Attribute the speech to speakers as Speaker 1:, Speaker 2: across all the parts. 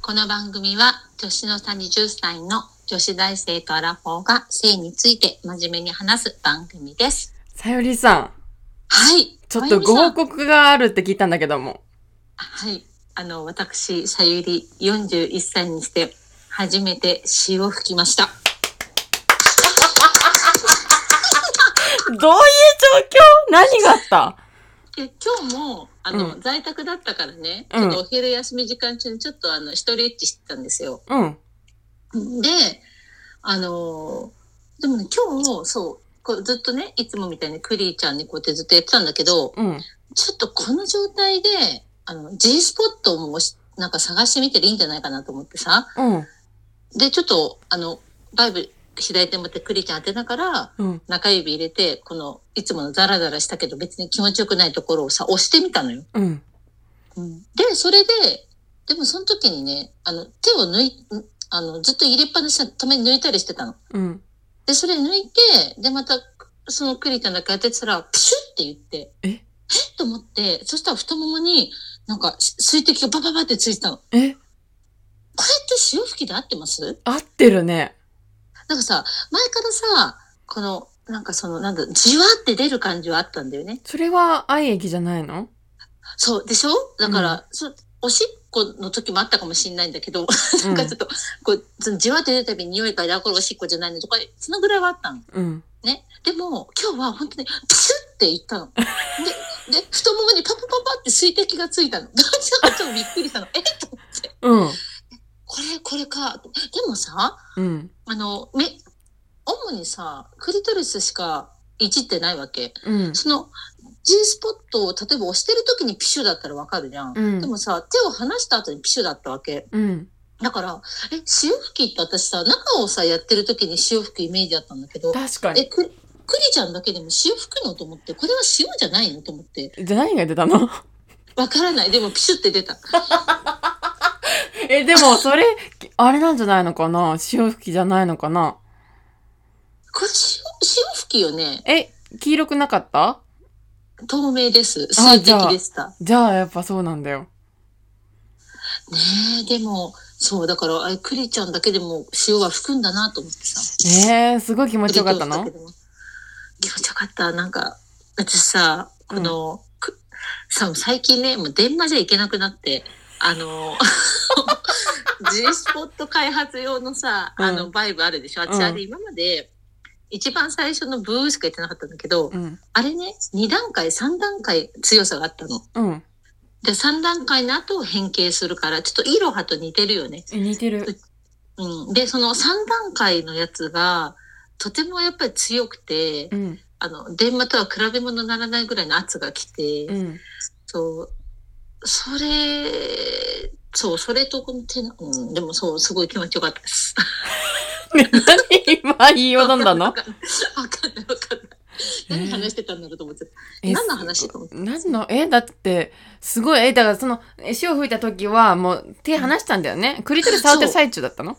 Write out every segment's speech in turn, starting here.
Speaker 1: この番組は女子の差20歳の女子大生とアラフォーが性について真面目に話す番組です。
Speaker 2: さよりさん、
Speaker 1: はい。
Speaker 2: ちょっとご報
Speaker 1: 告。
Speaker 2: 告があるって聞いたんだけども。
Speaker 1: はい。あの、私、さゆり41歳にして初めて詩を吹きました。
Speaker 2: どういう状況何があった
Speaker 1: え今日も、あの、
Speaker 2: うん
Speaker 1: 在宅だったからね、
Speaker 2: う
Speaker 1: ちょ
Speaker 2: ん
Speaker 1: っとお昼休み時間中にちょっとあの、ストレッチしてたんですよ。
Speaker 2: うん。
Speaker 1: で、あのーでもね、今日、そう、こうずっとね、いつもみたいにクリーちゃんにこうやってずっとやってたんだけど、
Speaker 2: うん。
Speaker 1: ちょっとこの状態で、あの、G スポットをもし、なんか探してみてでいいんじゃないかなと思ってさ、
Speaker 2: うん。
Speaker 1: で、ちょっと、あの、バイブ、左手持ってクリーちゃん当てながら、
Speaker 2: うん。
Speaker 1: 中指入れて、この、いつものザラザラしたけど別に気持ちよくないところをさ、押してみたのよ。
Speaker 2: うん。
Speaker 1: で、それで、でもその時にね、あの、手を抜い、んあの、ずっと入れっぱなしのために抜いたりしてたの。
Speaker 2: うん。
Speaker 1: で、それ抜いて、で、また、そのクリタンだけ当ててたら、プシュって言って、
Speaker 2: え
Speaker 1: っと思って、そしたら太ももに、なんか、し水滴がバババってついてたの。こ
Speaker 2: え、
Speaker 1: れって潮吹きで合ってます
Speaker 2: 合ってるね。
Speaker 1: なんかさ、前からさ、この、なんかその、なんだ、じわって出る感じはあったんだよね。
Speaker 2: それは愛液じゃないの
Speaker 1: そう、でしょだから、
Speaker 2: う
Speaker 1: そおしっこの時もあったかもしれないんだけど、
Speaker 2: うん
Speaker 1: なんかちょっと、こう、そのじわって出るたびに匂い嗅いで、あ、これおしっこじゃないのとか、そのぐらいはあったの。
Speaker 2: うん。
Speaker 1: ね。でも、今日は本当に、プシュって言ったの。で、で、太ももにパパパパって水滴がついたの。 どうしたのちょっとびっくりしたの。えっと、
Speaker 2: うん。
Speaker 1: これ、これか。でもさ、
Speaker 2: うん。
Speaker 1: あの、め、主にさ、クリトリスしかいじってないわけ。
Speaker 2: うん。
Speaker 1: その、G スポットを例えば押してる時にピシュだったらわかるじゃん。
Speaker 2: うん
Speaker 1: でもさ、手を離した後にピシュだったわけ。
Speaker 2: うん。
Speaker 1: だから、え、潮吹きって私さ、中をさ、やってる時に潮吹くイメージだったんだけど、
Speaker 2: 確か
Speaker 1: え、
Speaker 2: に。
Speaker 1: く、クリちゃんだけでも塩吹くのと思って、これは塩じゃないのと思って。
Speaker 2: じゃ、何が出たの
Speaker 1: わからない。でもピシュって出た。
Speaker 2: え、でも、それ、あれなんじゃないのかな潮吹きじゃないのかな
Speaker 1: これ塩、塩吹きよね。
Speaker 2: え、黄色くなかった
Speaker 1: 透明です。
Speaker 2: あ
Speaker 1: 水
Speaker 2: じゃあ
Speaker 1: 滴でした。
Speaker 2: じゃあ、やっぱそうなんだよ。
Speaker 1: ねえ、でも、そう、だから、あれ、クリちゃんだけでも塩は吹くんだなと思ってさ。
Speaker 2: えー、すごい気持ちよかった
Speaker 1: ク
Speaker 2: の
Speaker 1: リとだけでも気持ちよかった。なんか、私さ、この、くさ、最近ね、もう電話じゃいけなくなって、あの、G スポット開発用のさ、あ
Speaker 2: う
Speaker 1: の、
Speaker 2: ん
Speaker 1: バイブあるでしょ、
Speaker 2: う
Speaker 1: 私
Speaker 2: ん
Speaker 1: あれ今まで、一番最初のブーしか言ってなかったんだけど、
Speaker 2: うん。
Speaker 1: あれね、2段階、3段階強さがあったの。
Speaker 2: うん。
Speaker 1: で、3段階の後を変形するから、ちょっとイロハと似てるよね。
Speaker 2: え似てる。
Speaker 1: うん。で、その3段階のやつが、とてもやっぱり強くて、
Speaker 2: うん。
Speaker 1: あの、電話とは比べ物にならないぐらいの圧が来て、
Speaker 2: うん。
Speaker 1: そう、それ、そう、それとこの手の、うん、でもそう、すごい気持ちよかったです。
Speaker 2: ね何今言いようどんだ
Speaker 1: わ
Speaker 2: の
Speaker 1: かんないわかんない、わかんない。
Speaker 2: えー
Speaker 1: 何話してたんだろうと思ってた。
Speaker 2: え
Speaker 1: 何の話と思って。
Speaker 2: 何のえだって、すごい、え、だからその、え潮吹いた時はもう手離したんだよね。クリトリ触ってる最中だったの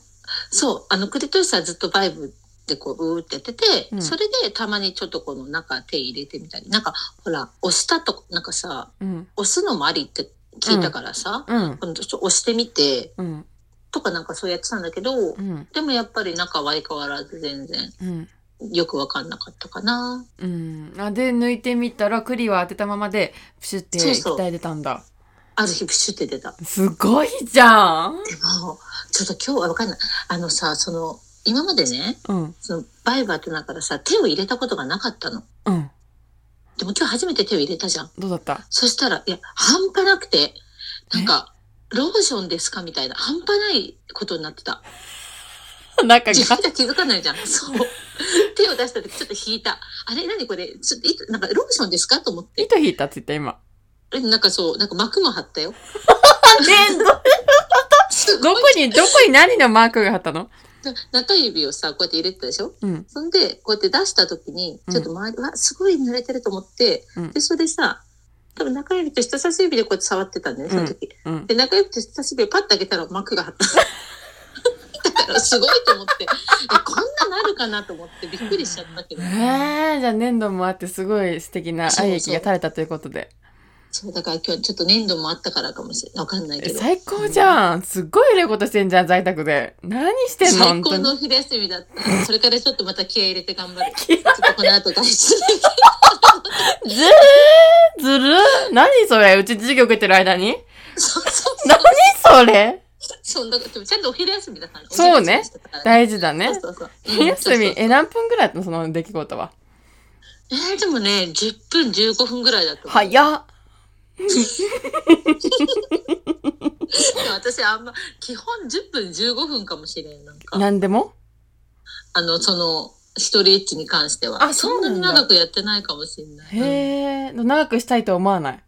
Speaker 1: そう、あの、クリトリスはずっとバイブでこう、うーってやってて、
Speaker 2: うん
Speaker 1: それでたまにちょっとこの中手入れてみたり、なんか、ほら、押したと、なんかさ、
Speaker 2: うん。
Speaker 1: 押すのもありって聞いたからさ、
Speaker 2: うん。
Speaker 1: 今度ちょっと押してみて、
Speaker 2: うん。
Speaker 1: とかなんかそうやってたんだけど、
Speaker 2: うん。
Speaker 1: でもやっぱり中は相変わらず全然
Speaker 2: うん。
Speaker 1: よくわかんなかったかな。
Speaker 2: うん。あ、で、抜いてみたら、クリは当てたままで、プシュって
Speaker 1: そうそう
Speaker 2: 鍛えてたんだ。
Speaker 1: ある日プシュって出た。
Speaker 2: すごいじゃん
Speaker 1: でも、ちょっと今日はわかんない。あのさ、その、今までね、
Speaker 2: うん。
Speaker 1: そのバイバーってだからさ、手を入れたことがなかったの。
Speaker 2: うん。
Speaker 1: でも今日初めて手を入れたじゃん。
Speaker 2: どうだ った
Speaker 1: そしたら、いや、半端なくて、なんか、ローションですかみたいな、半端ないことになってた。
Speaker 2: 中
Speaker 1: 自
Speaker 2: が
Speaker 1: 分。じゃ気づかないじゃん。そう。手を出した時ちょっと引いた。あれ何これちょっといつ、なんかローションですかと思って。
Speaker 2: 糸引いたって言った今。
Speaker 1: えなんかそう、なんか膜も張ったよ。
Speaker 2: あ、で、ど、
Speaker 1: すごい
Speaker 2: どこに、どこに何のマークが貼ったの
Speaker 1: で中指をさ、こうやって入れてたでしょ
Speaker 2: うん。
Speaker 1: そんで、こうやって出した時に、
Speaker 2: うん
Speaker 1: ちょっと周り、うわ、すごい濡れてると思って、
Speaker 2: うん
Speaker 1: で、それさ、多分中指と人差し指でこうやって触ってたんだよね、その時。
Speaker 2: うん。
Speaker 1: で、中指と人差し指をパッと開けたら膜が張った。だから、すごいと思って、えこんななるかなと思ってびっくりしちゃったけ
Speaker 2: え
Speaker 1: ど。
Speaker 2: ー、じゃあ粘土もあってすごい素敵な愛液が垂れたということで。
Speaker 1: そう、だから今日ちょっと粘土もあったからかもしれない。わかんない
Speaker 2: え
Speaker 1: けど。
Speaker 2: 最高じゃん。すっごい偉いことしてんじゃん、在宅で。何してんの
Speaker 1: 最
Speaker 2: 本当
Speaker 1: 高
Speaker 2: に。
Speaker 1: の昼休みだった。それからちょっとまた気合い入れて頑張る。
Speaker 2: 気合い
Speaker 1: ちょっとこの後大事 だけど
Speaker 2: ずるーずるー何それうち授業受けてる間に
Speaker 1: そうそうそう
Speaker 2: 何それ
Speaker 1: そんなこと、でもちゃんとお昼休みだから。
Speaker 2: そうね大事だね。
Speaker 1: そうそうそう
Speaker 2: 昼休
Speaker 1: うん
Speaker 2: み
Speaker 1: そう、そう
Speaker 2: え、何分ぐらいだったのその出来事は。
Speaker 1: えーでもね、10分15分ぐらいだと思う。
Speaker 2: 早っ。
Speaker 1: でも私あんま、基本10分15分かもしれん。なんか、
Speaker 2: 何でも
Speaker 1: あの、その、ストレッチに関しては。
Speaker 2: あ
Speaker 1: そ
Speaker 2: そうん
Speaker 1: な
Speaker 2: な
Speaker 1: ん
Speaker 2: だ
Speaker 1: に長くやってないかもしれない。
Speaker 2: へ
Speaker 1: うん
Speaker 2: え、長くしたいと思わない。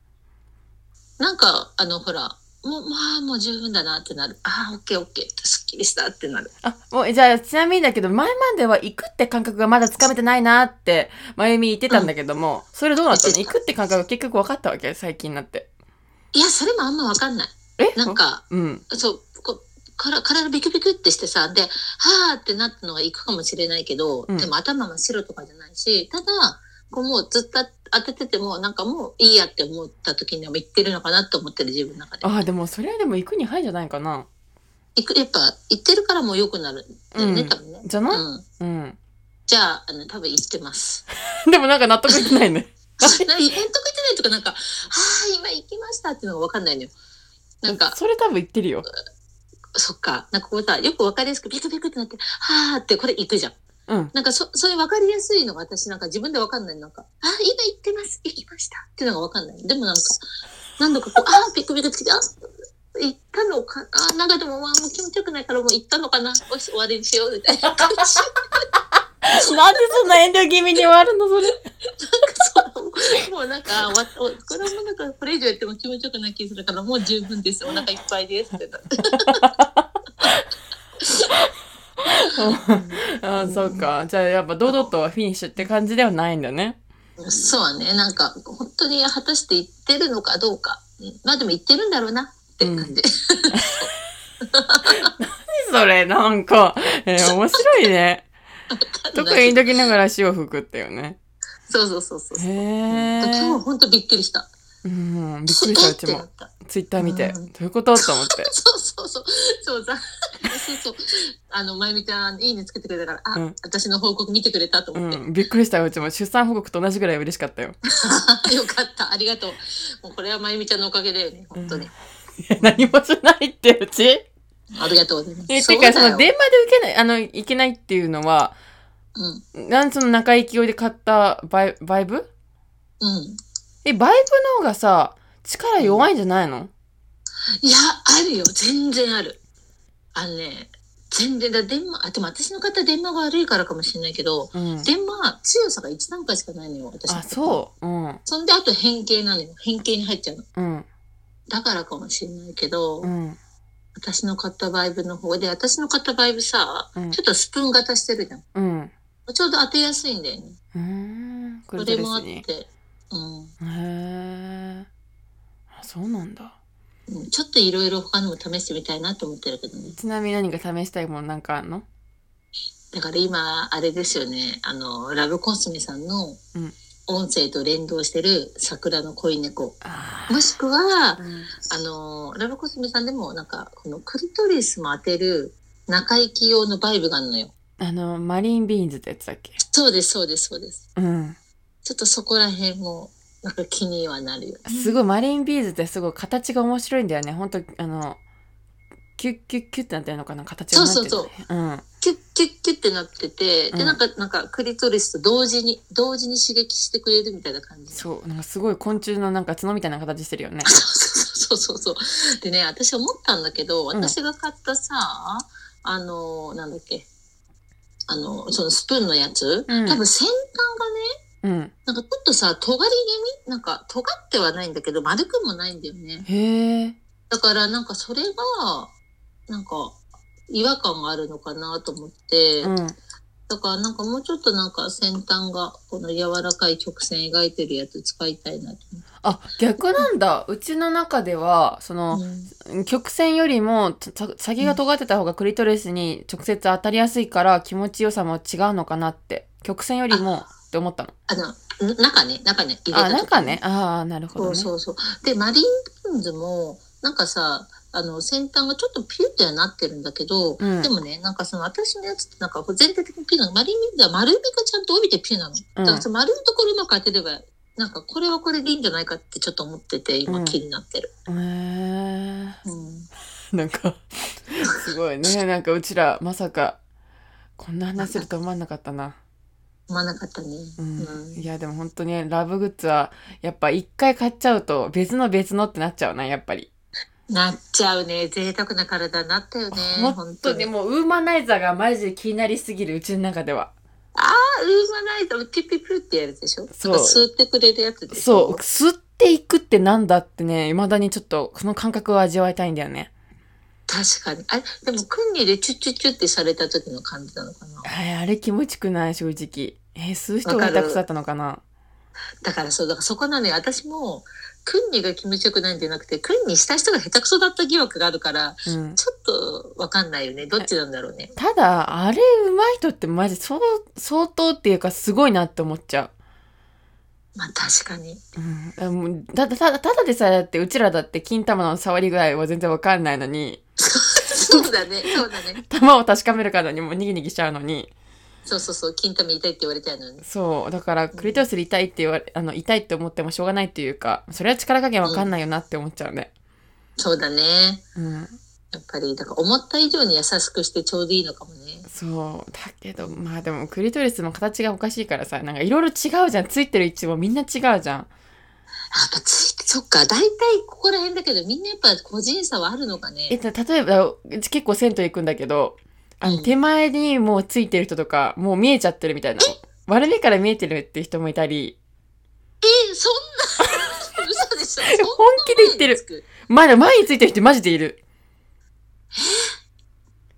Speaker 1: なんか、あの、ほら、もう、まあ、もう十分だなってなる。ああ、オッケーオッケー。すっきりしたってなる。
Speaker 2: あ、もう、じゃあ、ちなみにだけど、前までは行くって感覚がまだつかめてないなって、まゆみ言ってたんだけども、それどうなったの
Speaker 1: 言
Speaker 2: 行
Speaker 1: って
Speaker 2: くって感覚が結局分かったわけ最近になって。
Speaker 1: いや、それもあんまわかんない。
Speaker 2: え
Speaker 1: なんか、
Speaker 2: うん。
Speaker 1: そう、こから体ビクビクってしてさ、で、はーってなったのが行くかもしれないけど、
Speaker 2: うん
Speaker 1: でも頭真っ白とかじゃないし、ただ、こうもうずっと当ててても、なんかもういいやって思った時にはもう行ってるのかなって思ってる自分の中で。
Speaker 2: ああ、でも、それはでも行くに入んじゃないかな。
Speaker 1: 行く、やっぱ行ってるからもう良くなるんだよね、
Speaker 2: うん
Speaker 1: 多分ね。
Speaker 2: じゃ
Speaker 1: う。
Speaker 2: なんいうん。
Speaker 1: じゃあ、あの、多分行って ます。
Speaker 2: でもなんか納得いってないね。
Speaker 1: なんか、納得いってないとか、なんか、はー今行きましたっていうのが分かんないのよ。なんか、
Speaker 2: それ多分言ってるよ。
Speaker 1: そっか。なんかこうさ、よく分かりやすくビクビクってなって、はーってこれ行くじゃん。
Speaker 2: うん。
Speaker 1: なんかそ、そういう分かりやすいのが私なんか自分で分かんない。なんか、あ、今行ってます。行きました。っていうのが分かんない。でもなんか、何度かこう、あ、ビクビクつけて、あ、行ったのかあ、なんかでも、まあ、もう気持ちよくないからもう行ったのかな。おし終わりにしよう。みたいな感じ。
Speaker 2: なんでそんな遠慮気味に終わるのそれ。
Speaker 1: そうもうなんか、わおこれもなんか、これ以上やっても気持ちよくない気するから、もう十分です。お腹いっぱいです。ってなって。
Speaker 2: ああ、そうか。じゃあやっぱ堂々とフィニッシュって感じではないんだね。
Speaker 1: そうね。なんか、本当に果たして行ってるのかどうか。うんまあでも行ってるんだろうな。って感じ。
Speaker 2: 何それなんか、えー面白いね。
Speaker 1: わ
Speaker 2: 特
Speaker 1: かんない
Speaker 2: に言い 時ながら足を拭くってよね。
Speaker 1: そうそうそうそう。
Speaker 2: へ
Speaker 1: 今日
Speaker 2: え。
Speaker 1: 本当びっくりした。
Speaker 2: うん、びっくりしたうち
Speaker 1: えっ
Speaker 2: も
Speaker 1: て。なった
Speaker 2: ツイッター見て。
Speaker 1: う
Speaker 2: ど
Speaker 1: ん
Speaker 2: ういうことと思って。
Speaker 1: そうそうそう。そうざそうそう。あの、まゆみちゃん、いいねつけてくれたから、あ、
Speaker 2: うん
Speaker 1: 私の報告見てくれたと思って。
Speaker 2: うん、びっくりしたうちも出産報告と同じぐらい嬉しかったよ。
Speaker 1: よかった、ありがとう。もうこれはまゆみちゃんのおかげだよね、本当に。
Speaker 2: いや何もしないってうち。
Speaker 1: ありがとうございます。
Speaker 2: え、
Speaker 1: そ
Speaker 2: て
Speaker 1: うだ
Speaker 2: か、
Speaker 1: よ
Speaker 2: その電話で受けない、あの、いけないっていうのは、
Speaker 1: うん。
Speaker 2: なんその中勢いで買ったバイバイブ
Speaker 1: うん。
Speaker 2: え、バイブの方がさ、力弱いんじゃないの、
Speaker 1: いや、あるよ、全然ある。あのね、全然だ、電話、あ、でも私の方電話が悪いからかもしれないけど、
Speaker 2: うん、
Speaker 1: 電話、強さが1段階しかないのよ、私の
Speaker 2: あ、そう。うん。
Speaker 1: そんで、あと変形なのよ。変形に入っちゃうの。
Speaker 2: うん。
Speaker 1: だからかもしれないけど、
Speaker 2: うん。
Speaker 1: 私の買ったバイブの方で、私の買ったバイブさ、
Speaker 2: うん
Speaker 1: ちょっとスプーン型してるじゃん。
Speaker 2: うん。
Speaker 1: ちょうど当てやすいんだよね。
Speaker 2: うーん。こ
Speaker 1: そ
Speaker 2: れ
Speaker 1: れ
Speaker 2: ドレ
Speaker 1: もあ
Speaker 2: ス
Speaker 1: って
Speaker 2: に。、
Speaker 1: うん
Speaker 2: へー。あ、そうなんだ。
Speaker 1: うん。ちょっといろいろ他にも試してみたいなと思ってるけどね。
Speaker 2: ちなみに何か試したいものなんかあんの
Speaker 1: だから今、あれですよね。あの、ラブコスメさんの
Speaker 2: うん
Speaker 1: 音声と連動してる桜の恋猫。
Speaker 2: あ
Speaker 1: もしくは
Speaker 2: ー、うん
Speaker 1: あの、ラブコスメさんでもなんか、このクリトリスも当てる中行き用のバイブがあるのよ。
Speaker 2: あの、マリンビーンズってやつだっけ
Speaker 1: そうです、そうです、そうです。
Speaker 2: うん。
Speaker 1: ちょっとそこら辺も、なんか気にはなるよね。
Speaker 2: すごい、マリンビーズってすごい形が面白いんだよね。ほんと、あの、キュッキュッキュッってなってるのかな形がなってる、ね。
Speaker 1: そうそう
Speaker 2: そう。うん。
Speaker 1: キュッキュッキュッってなってて、
Speaker 2: うん
Speaker 1: で、なんか、なんか、クリトリスと同時に、同時に刺激してくれるみたいな感じ。
Speaker 2: そう、なんかすごい昆虫のなんか角みたいな形してるよね。
Speaker 1: そうそうそうそう。でね、私思ったんだけど、
Speaker 2: ん
Speaker 1: 私が買ったさ、あの、なんだっけ、あの、そのスプーンのやつ、
Speaker 2: うん
Speaker 1: 多分先端がね、
Speaker 2: うん。
Speaker 1: なんかちょっとさ、尖り気味なんか、尖ってはないんだけど、丸くもないんだよね。
Speaker 2: へえ。
Speaker 1: だから、なんかそれが、なんか、違和感があるのかなと思って、
Speaker 2: うん。
Speaker 1: だからなんかもうちょっとなんか先端がこの柔らかい直線描いてるやつ使いたいなと
Speaker 2: あ、逆なんだ。うちの中では、そ
Speaker 1: 思っ
Speaker 2: の、
Speaker 1: て。
Speaker 2: 曲線よりも、さ先が尖ってた方がクリトリスに直接当たりやすいから気持ちよさも違うのかなって。曲線よりも、って思ったの。
Speaker 1: あの、ん中ね、中ね、入れた
Speaker 2: あ、
Speaker 1: 時
Speaker 2: なんかね。ああ、なるほ
Speaker 1: そ
Speaker 2: ど
Speaker 1: う
Speaker 2: ね。
Speaker 1: そうそう。で、マリンビーンズも、なんかさ、あの、先端がちょっとピュってはなってるんだけど、
Speaker 2: うん
Speaker 1: でもね、なんかその私のやつってなんかこう全体的にピュなの。マリンビーンズは丸みがちゃんと帯びてピュなの。だからその丸いところうまく当てれば、なんかこれはこれでいいんじゃないかってちょっと思ってて、
Speaker 2: う
Speaker 1: 今
Speaker 2: ん
Speaker 1: 気になってる。
Speaker 2: うん。へー
Speaker 1: うん。
Speaker 2: なんか、すごいね。なんかうちら、まさか、こんな話すると思わなかったな。
Speaker 1: 思わなかったね。
Speaker 2: うん。
Speaker 1: うん
Speaker 2: いや、でも本当にラブグッズは、やっぱ一回買っちゃうと、別の別のってなっちゃうな、やっぱり。
Speaker 1: なっちゃうね。贅沢な体になったよね。
Speaker 2: 本当に
Speaker 1: あ、
Speaker 2: もう、ウーマナイザーがマジで気になりすぎる、うちの中では。
Speaker 1: ウーマナイザー、ピュピュピュってやるでしょ
Speaker 2: そう
Speaker 1: なんか吸ってくれるやつでし
Speaker 2: そ
Speaker 1: ょ
Speaker 2: う、吸っていくってなんだってね、未だにちょっと、その感覚を味わいたいんだよね。
Speaker 1: 確かに。あれ、でも、クンニでチュッチュッチュッってされた時の感じなのかな。
Speaker 2: はい、あれ気持ちくない、正直。えー吸う人が下手くそだったのかな
Speaker 1: だからそう、だからそこなのよ。私も、クンニが気持ちよくないんじゃなくて、クンニした人が下手くそだった疑惑があるから、
Speaker 2: うん。
Speaker 1: ちょっとわかんないよね。どっちなんだろうね。
Speaker 2: ただ、あれ上手い人ってマジ、そう、相当っていうかすごいなって思っちゃ
Speaker 1: まあ確かに。
Speaker 2: う。うんあ。もうだ、ただ、ただでさえだって、うちらだって金玉の触り具合は全然わかんないのに、
Speaker 1: そうだね。そうだね。
Speaker 2: 玉を確かめるからにもニギニギしちゃうのに、
Speaker 1: そうそうそう。金玉痛いって言われたいのに。
Speaker 2: そう、だから、クリトリス痛いって言われ、あの、痛いって思ってもしょうがないっていうか、それは力加減わかんないよなって思っちゃうね。
Speaker 1: そうだね。
Speaker 2: うん。
Speaker 1: やっぱり、だから思った以上に優しくしてちょうどいいのかもね。
Speaker 2: そう。だけど、まあでも、クリトリスも形がおかしいからさ、なんかいろいろ違うじゃん。ついてる位置もみんな違うじゃん。
Speaker 1: やっぱついて、そっか。大体ここら辺だけど、みんなやっぱ個人差はあるのかね。
Speaker 2: え、た例えば、うち結構銭湯行くんだけど、あの、
Speaker 1: うん
Speaker 2: 手前にもうついてる人とか、もう見えちゃってるみたいな。悪目から見えてるって人もいたり、
Speaker 1: え、そんな、 嘘でしょそんな
Speaker 2: 本気で言ってる。
Speaker 1: 前につく
Speaker 2: まだ前についてる人マジでいる。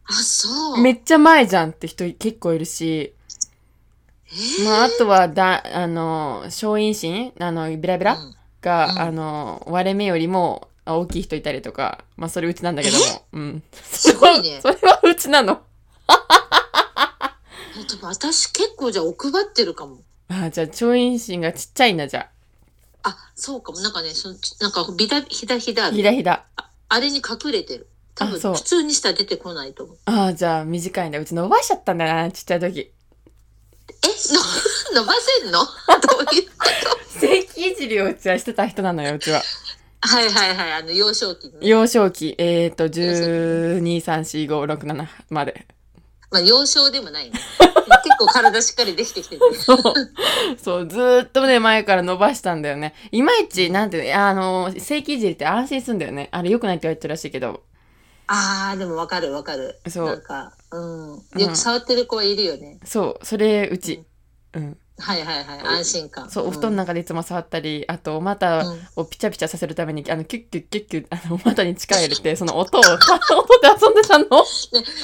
Speaker 1: あ、そう。
Speaker 2: めっちゃ前じゃんって人結構いるし、まあ、あとは、だ、あの、小陰唇あの、ベラベラ、
Speaker 1: うん
Speaker 2: が、
Speaker 1: うん
Speaker 2: あの割れ目よりもあ大きい人いたりとかまあそれうちなんだけどもうんす
Speaker 1: ごいね
Speaker 2: それはうちなの
Speaker 1: えでも私結構じゃあ奥ばってるかも。
Speaker 2: あじゃあ超陰唇がちっちゃいんだじゃ
Speaker 1: あ、そうかも。なんかね、その、ちなんか、びだ、ひだひだ
Speaker 2: あ、ひだひだ
Speaker 1: あれに隠れてる。多分、
Speaker 2: あそう
Speaker 1: 普通にしたら出てこないと思う。
Speaker 2: あじゃあ短いんだうち伸ばしちゃったんだなちっちゃい時
Speaker 1: え、の 伸ばせん のどういうこと
Speaker 2: 正規いじりをうちはしてた人なのようちは
Speaker 1: はいはいはい、あの、幼少期にね、
Speaker 2: 幼少期えっ、ー、と123456まで
Speaker 1: まあ、幼少でもない、 ね。結構体しっかりできてきてる、ね。
Speaker 2: そうそうずーっとね前から伸ばしたんだよねいまいちなんていうのあの正規いじりって安心すんだよねあれ良くないって言われてるらしいけど
Speaker 1: あー、でもわかるわかる。
Speaker 2: そう
Speaker 1: なんか、うん。よく触ってる子はいるよね。
Speaker 2: そうそれうちうん
Speaker 1: はいはいはい、安心感。
Speaker 2: そう、お布団
Speaker 1: の。
Speaker 2: の中でいつも触ったり、あと、お股
Speaker 1: うん
Speaker 2: をピチャピチャさせるために、あの、キュッキュッキュッキュッ、あの、お股に力入れて、その音を、 音で遊んでたの
Speaker 1: ね、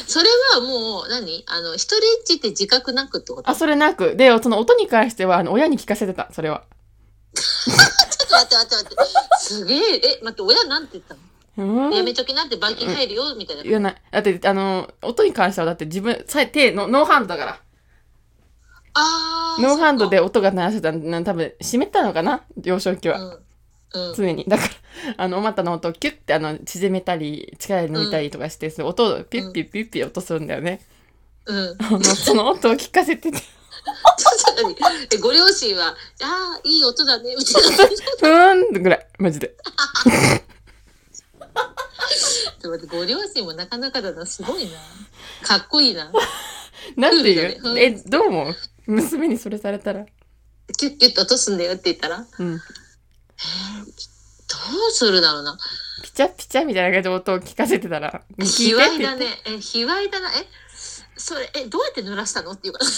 Speaker 1: それはもう、何あの、一人エッチって自覚なく ってこと
Speaker 2: あ、それなく。で、その音に関しては、あの、親に聞かせてた、それは。
Speaker 1: ちょっと待って待って待って。すげえ。え、待って、親なんて言ったの、
Speaker 2: うーん
Speaker 1: やめときなって、罰金入るよ、みたいな。
Speaker 2: 言わない。だって、あの、音に関しては、だって自分、さ手の、ノーハンドだから。
Speaker 1: あー。
Speaker 2: ノーハンド
Speaker 1: そ
Speaker 2: で音が鳴らせたん多分、湿ったのかな幼少期
Speaker 1: っ
Speaker 2: は。
Speaker 1: か。うん。うん。
Speaker 2: 常に。だから、あの、お股の音をキュッて、あの、縮めたり、力で抜いたりとかして、そう音をピュッピュッピュッピュッ音するんだよね。
Speaker 1: うん。
Speaker 2: あのその音を聞かせて て。
Speaker 1: ちょっと何え、ご両親は、あー、いい音だね、みたいな。ちょっ
Speaker 2: ふーんぐらい、マジで。
Speaker 1: と待って、ご両親もな かなかだな。すごいな。かっこいいな。
Speaker 2: なんていう
Speaker 1: クールだね
Speaker 2: え、どう思う娘にそれされたら。
Speaker 1: キュッキュッと落とすんだよって言ったら、ど
Speaker 2: うん。
Speaker 1: うするだろうな。
Speaker 2: ピチャピチャみたいな感じの音を聞かせてたら。聞
Speaker 1: 卑
Speaker 2: いて
Speaker 1: 猥
Speaker 2: って
Speaker 1: だ
Speaker 2: 言って。
Speaker 1: ね。え、卑猥だな。え、それ、え、どうやって濡らしたのっていうから、
Speaker 2: 違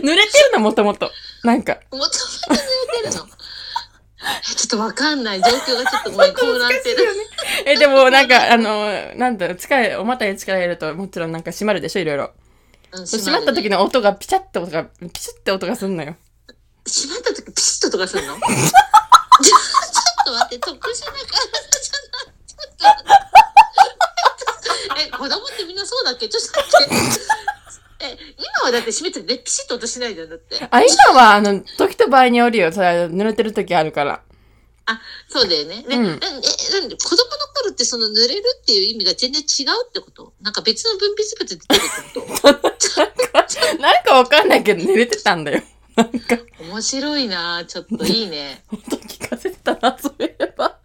Speaker 2: う、 濡れてるのもともと。なんか、
Speaker 1: もともと濡れ てるの。えちょっとわかんない。状況がちょっとごめん、混乱してる。
Speaker 2: え、でもなんか、あの、なんだろう、力い、お股に力入れると、もちろんなんか閉まるでしょ、いろいろ。
Speaker 1: うん
Speaker 2: そう閉まった時の音がピチャって音が、ピチュって音がすんのよ。
Speaker 1: 閉まった時ピシッととか するのちょっと待って特殊な体じゃないちょっと待ってえ子供ってみんなそうだっけちょっと待ってえはだって閉めてるでピシッと音しないじゃん、だって。
Speaker 2: あ、今は、あの、時と場合によるよ。それ、濡れてる時あるから。
Speaker 1: そうだよね。で、
Speaker 2: うん
Speaker 1: なえ、なんで子供の頃ってその濡れるっていう意味が全然違うってことなんか別の分泌物出てるってこ
Speaker 2: なんかわかんないけど、濡れてたんだよ。なんか、
Speaker 1: と面白いなぁちょっといいね。
Speaker 2: 本当聞かせてたな、そういえば。
Speaker 1: あ、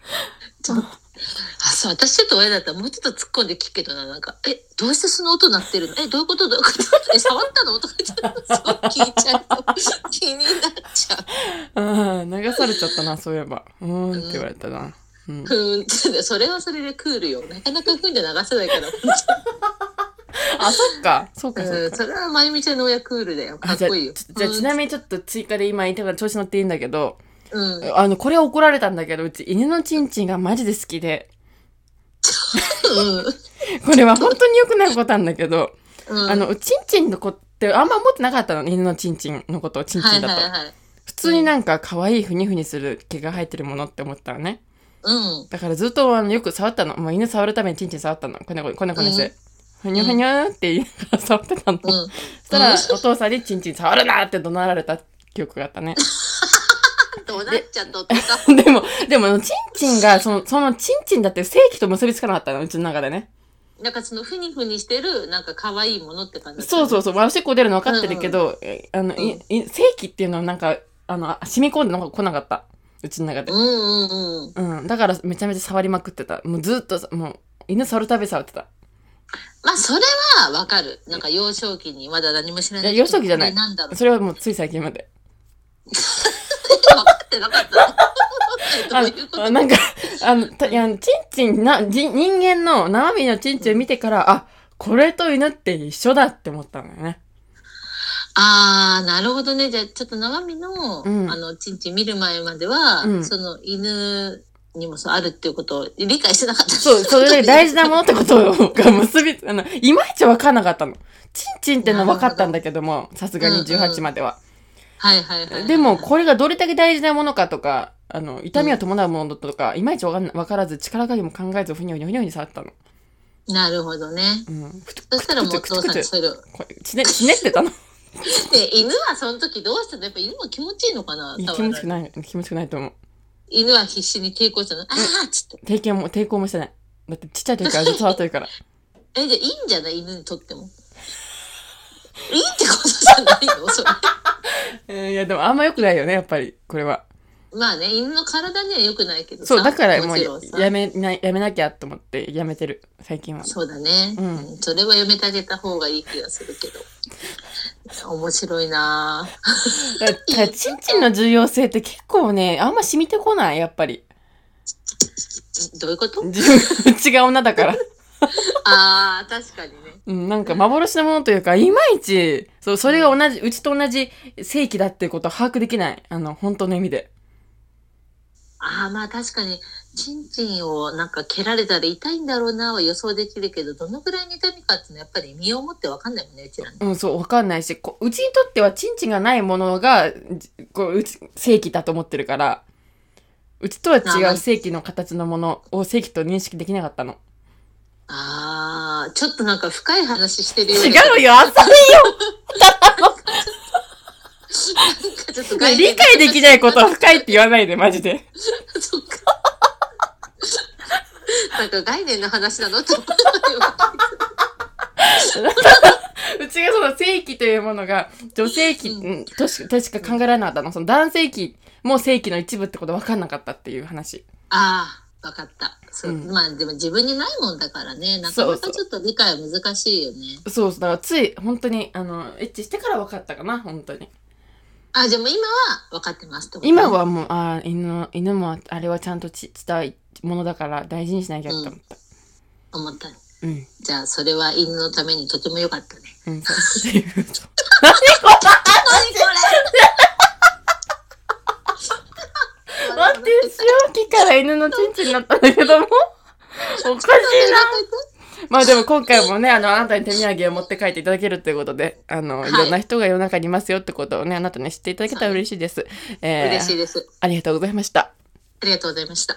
Speaker 1: そう、私ちょっと親だったらもうちょっと突っ込んで聞くけどな、なんか、え、どうしてその音鳴ってるのえ、どういうこと どういうことえ、触ったのとか言って、そう聞いちゃうと気になっちゃう。
Speaker 2: うん、流されちゃったな、そういえば。うーんって言われたな。うん。
Speaker 1: ふーんって、それはそれでクールよ。なかなかふーんじゃ流せないから。、
Speaker 2: あ、そっか。そうか、そううんか。
Speaker 1: それはまゆみちゃんの親クールだよ。か
Speaker 2: あ
Speaker 1: っ
Speaker 2: じゃあ
Speaker 1: こいいよ。
Speaker 2: ちじゃあちなみにちょっと追加で今言いたいから調子乗っていいんだけど、
Speaker 1: うん。
Speaker 2: あの、これ怒られたんだけど、うち犬のチンチンがマジで好きで、
Speaker 1: うん。
Speaker 2: これは本当に良くないことなんだけど、
Speaker 1: うん。
Speaker 2: あの、チンチンの子ってあんま思ってなかったの、犬のチンチンのことをチン
Speaker 1: は
Speaker 2: チン
Speaker 1: い
Speaker 2: だと。
Speaker 1: はいはい。
Speaker 2: 普通になんか可愛いふにふにする毛が生えてるものって思ったのね。
Speaker 1: うん。
Speaker 2: だからずっとあのよく触ったの。もう犬触るためにチンチン触ったの。こんなこんなこんなして。ふにゃふにゃーって言いながら触ってたの。
Speaker 1: うん。
Speaker 2: そしたら
Speaker 1: うん
Speaker 2: お父さんにチンチン触るなって怒鳴られた記憶があったね。
Speaker 1: どうなっちゃったとか。
Speaker 2: でも、でも、チンチンが、その、そのチンチンだって正規と結びつかなかったの、うちの中でね。
Speaker 1: なんかそのふにふにしてる、なんか可愛いものって感じ。。
Speaker 2: そうそううそう、まあ、おしっこ出るの分かってるけど、えあの、いい正規っていうのはなんか、あの、染み込んでなんか来なかった。うちの中で
Speaker 1: う。んうんうん。
Speaker 2: うん。だから、めちゃめちゃ触りまくってた。もうずっとさ、もう、犬触るたび触ってた。
Speaker 1: まあそれはわかる。なんか幼少期にまだ何も知らない。
Speaker 2: いや幼少期じゃない
Speaker 1: これなんだろう。
Speaker 2: それはもうつい最近まで。
Speaker 1: 分かってなかった。
Speaker 2: あ
Speaker 1: どういうこと
Speaker 2: あなんか、あの、たいや、チンチンな、じ人間の生身のチンチンを見てから、あ、これと犬って一緒だって思ったんだよね。
Speaker 1: ああ、なるほどね。じゃあ、ちょっと生身の、
Speaker 2: うん
Speaker 1: あの、ちんちん見る前までは、
Speaker 2: うん
Speaker 1: その、犬にもそうあるっていうことを理解してなかった。
Speaker 2: そう、それで大事なものってことが結び、あの、いまいち分かんなかったの。チンチンってのは分かったんだけども、さすがに
Speaker 1: うんう
Speaker 2: 18
Speaker 1: ん
Speaker 2: までは。
Speaker 1: はいはいはい。
Speaker 2: でも、これがどれだけ大事なものかとか、あの、痛みを伴うものとか、いまいちわかんなわからず、力加減も考えず、ふにょふにょふにょふに触ったの。
Speaker 1: なるほどね。
Speaker 2: うん。ふつ
Speaker 1: そしたらもうお父さんにそれを。
Speaker 2: これ、ちね、ちねって たの。
Speaker 1: で、犬はその時どうしたのやっぱ犬も気持ちいいのかない
Speaker 2: や
Speaker 1: 多
Speaker 2: 気持
Speaker 1: 分
Speaker 2: ちくない、気持ちくないと思う。
Speaker 1: 犬は必死に抵抗したの。ああっつって。
Speaker 2: 抵抗も、抵抗もしてない。だって、ちっちゃい時からずっと触ってる から。
Speaker 1: え、じゃあいいんじゃない犬にとっても。いいってことじゃないのそれ。
Speaker 2: うんいや、でもあんま良くないよね、やっぱり、これは。
Speaker 1: まあね、犬の体には良くないけどさ
Speaker 2: そう、だからも
Speaker 1: ちろんさ
Speaker 2: う、やめない、やめなきゃと思って、やめてる、最近は。
Speaker 1: そうだね。
Speaker 2: うん
Speaker 1: うんそれはやめてあげた方がいい気がするけど。面白いなぁ
Speaker 2: だからチンチンの重要性って結構ね、あんま染みてこない、やっぱり。
Speaker 1: どういうこと
Speaker 2: 自分、違う女だから。
Speaker 1: ああ、確かにね。
Speaker 2: うん、なんか幻のものというか、いまいち、そう、それが同じ、うちと同じ正規だっていうことを把握できない。あの、本当の意味で。
Speaker 1: ああ、まあ確かに、チンチンをなんか蹴られたら痛いんだろうなぁは予想できるけど、どのぐらいの痛みかっていうのはやっぱり身をもってわかんないもんね、うちらね。
Speaker 2: うん、そう、わかんないし、こうちにとっては、チンチンがないものが、じこう、うち、正規だと思ってるから、うちとは違
Speaker 1: あ
Speaker 2: う正規の形のものを正規と認識できなかったの。
Speaker 1: ああ、ちょっとなんか深い話してるよう
Speaker 2: 違
Speaker 1: な。
Speaker 2: うよ、浅いよ
Speaker 1: なんかちょっと
Speaker 2: ね
Speaker 1: 概念
Speaker 2: 理解できないことは深いって言わないで、マジで。
Speaker 1: そっか。 なんか概念の話なの と思った
Speaker 2: うちがその正規というものが女性器うんとしとしか考えられなかったの。その男性器も正規の一部ってこと分かんなかったっていう話。
Speaker 1: ああ、わかった。そう、
Speaker 2: うん
Speaker 1: まあでも自分にないもんだからね、なか
Speaker 2: そ
Speaker 1: な
Speaker 2: うそ
Speaker 1: か
Speaker 2: う
Speaker 1: ちょっと理解は難しいよね。
Speaker 2: そうそう。だからつい、本当に、あの、エッチしてから分かったかな、本当に。
Speaker 1: あ、じゃあもう今は分かってますってこと
Speaker 2: 今はもう、ああ、犬の、犬もあれはちゃんとち伝いものだから大事にしなきゃって思った。
Speaker 1: 思った。
Speaker 2: うん。
Speaker 1: じゃあそれは犬のためにとても良かったね。
Speaker 2: うん、そうっていうと。
Speaker 1: 何
Speaker 2: 待って、塩気から犬のチンチンになったんだけども。おかしい な。まあでも今回もね、あの、あなたに手土産を持って帰っていただけるということで、あの、、
Speaker 1: はいい
Speaker 2: ろんな人が世の中にいますよってことをね、あなたね、知っていただけたら嬉しいです。えー
Speaker 1: 嬉しいです。
Speaker 2: ありがとうございました。
Speaker 1: ありがとうございました。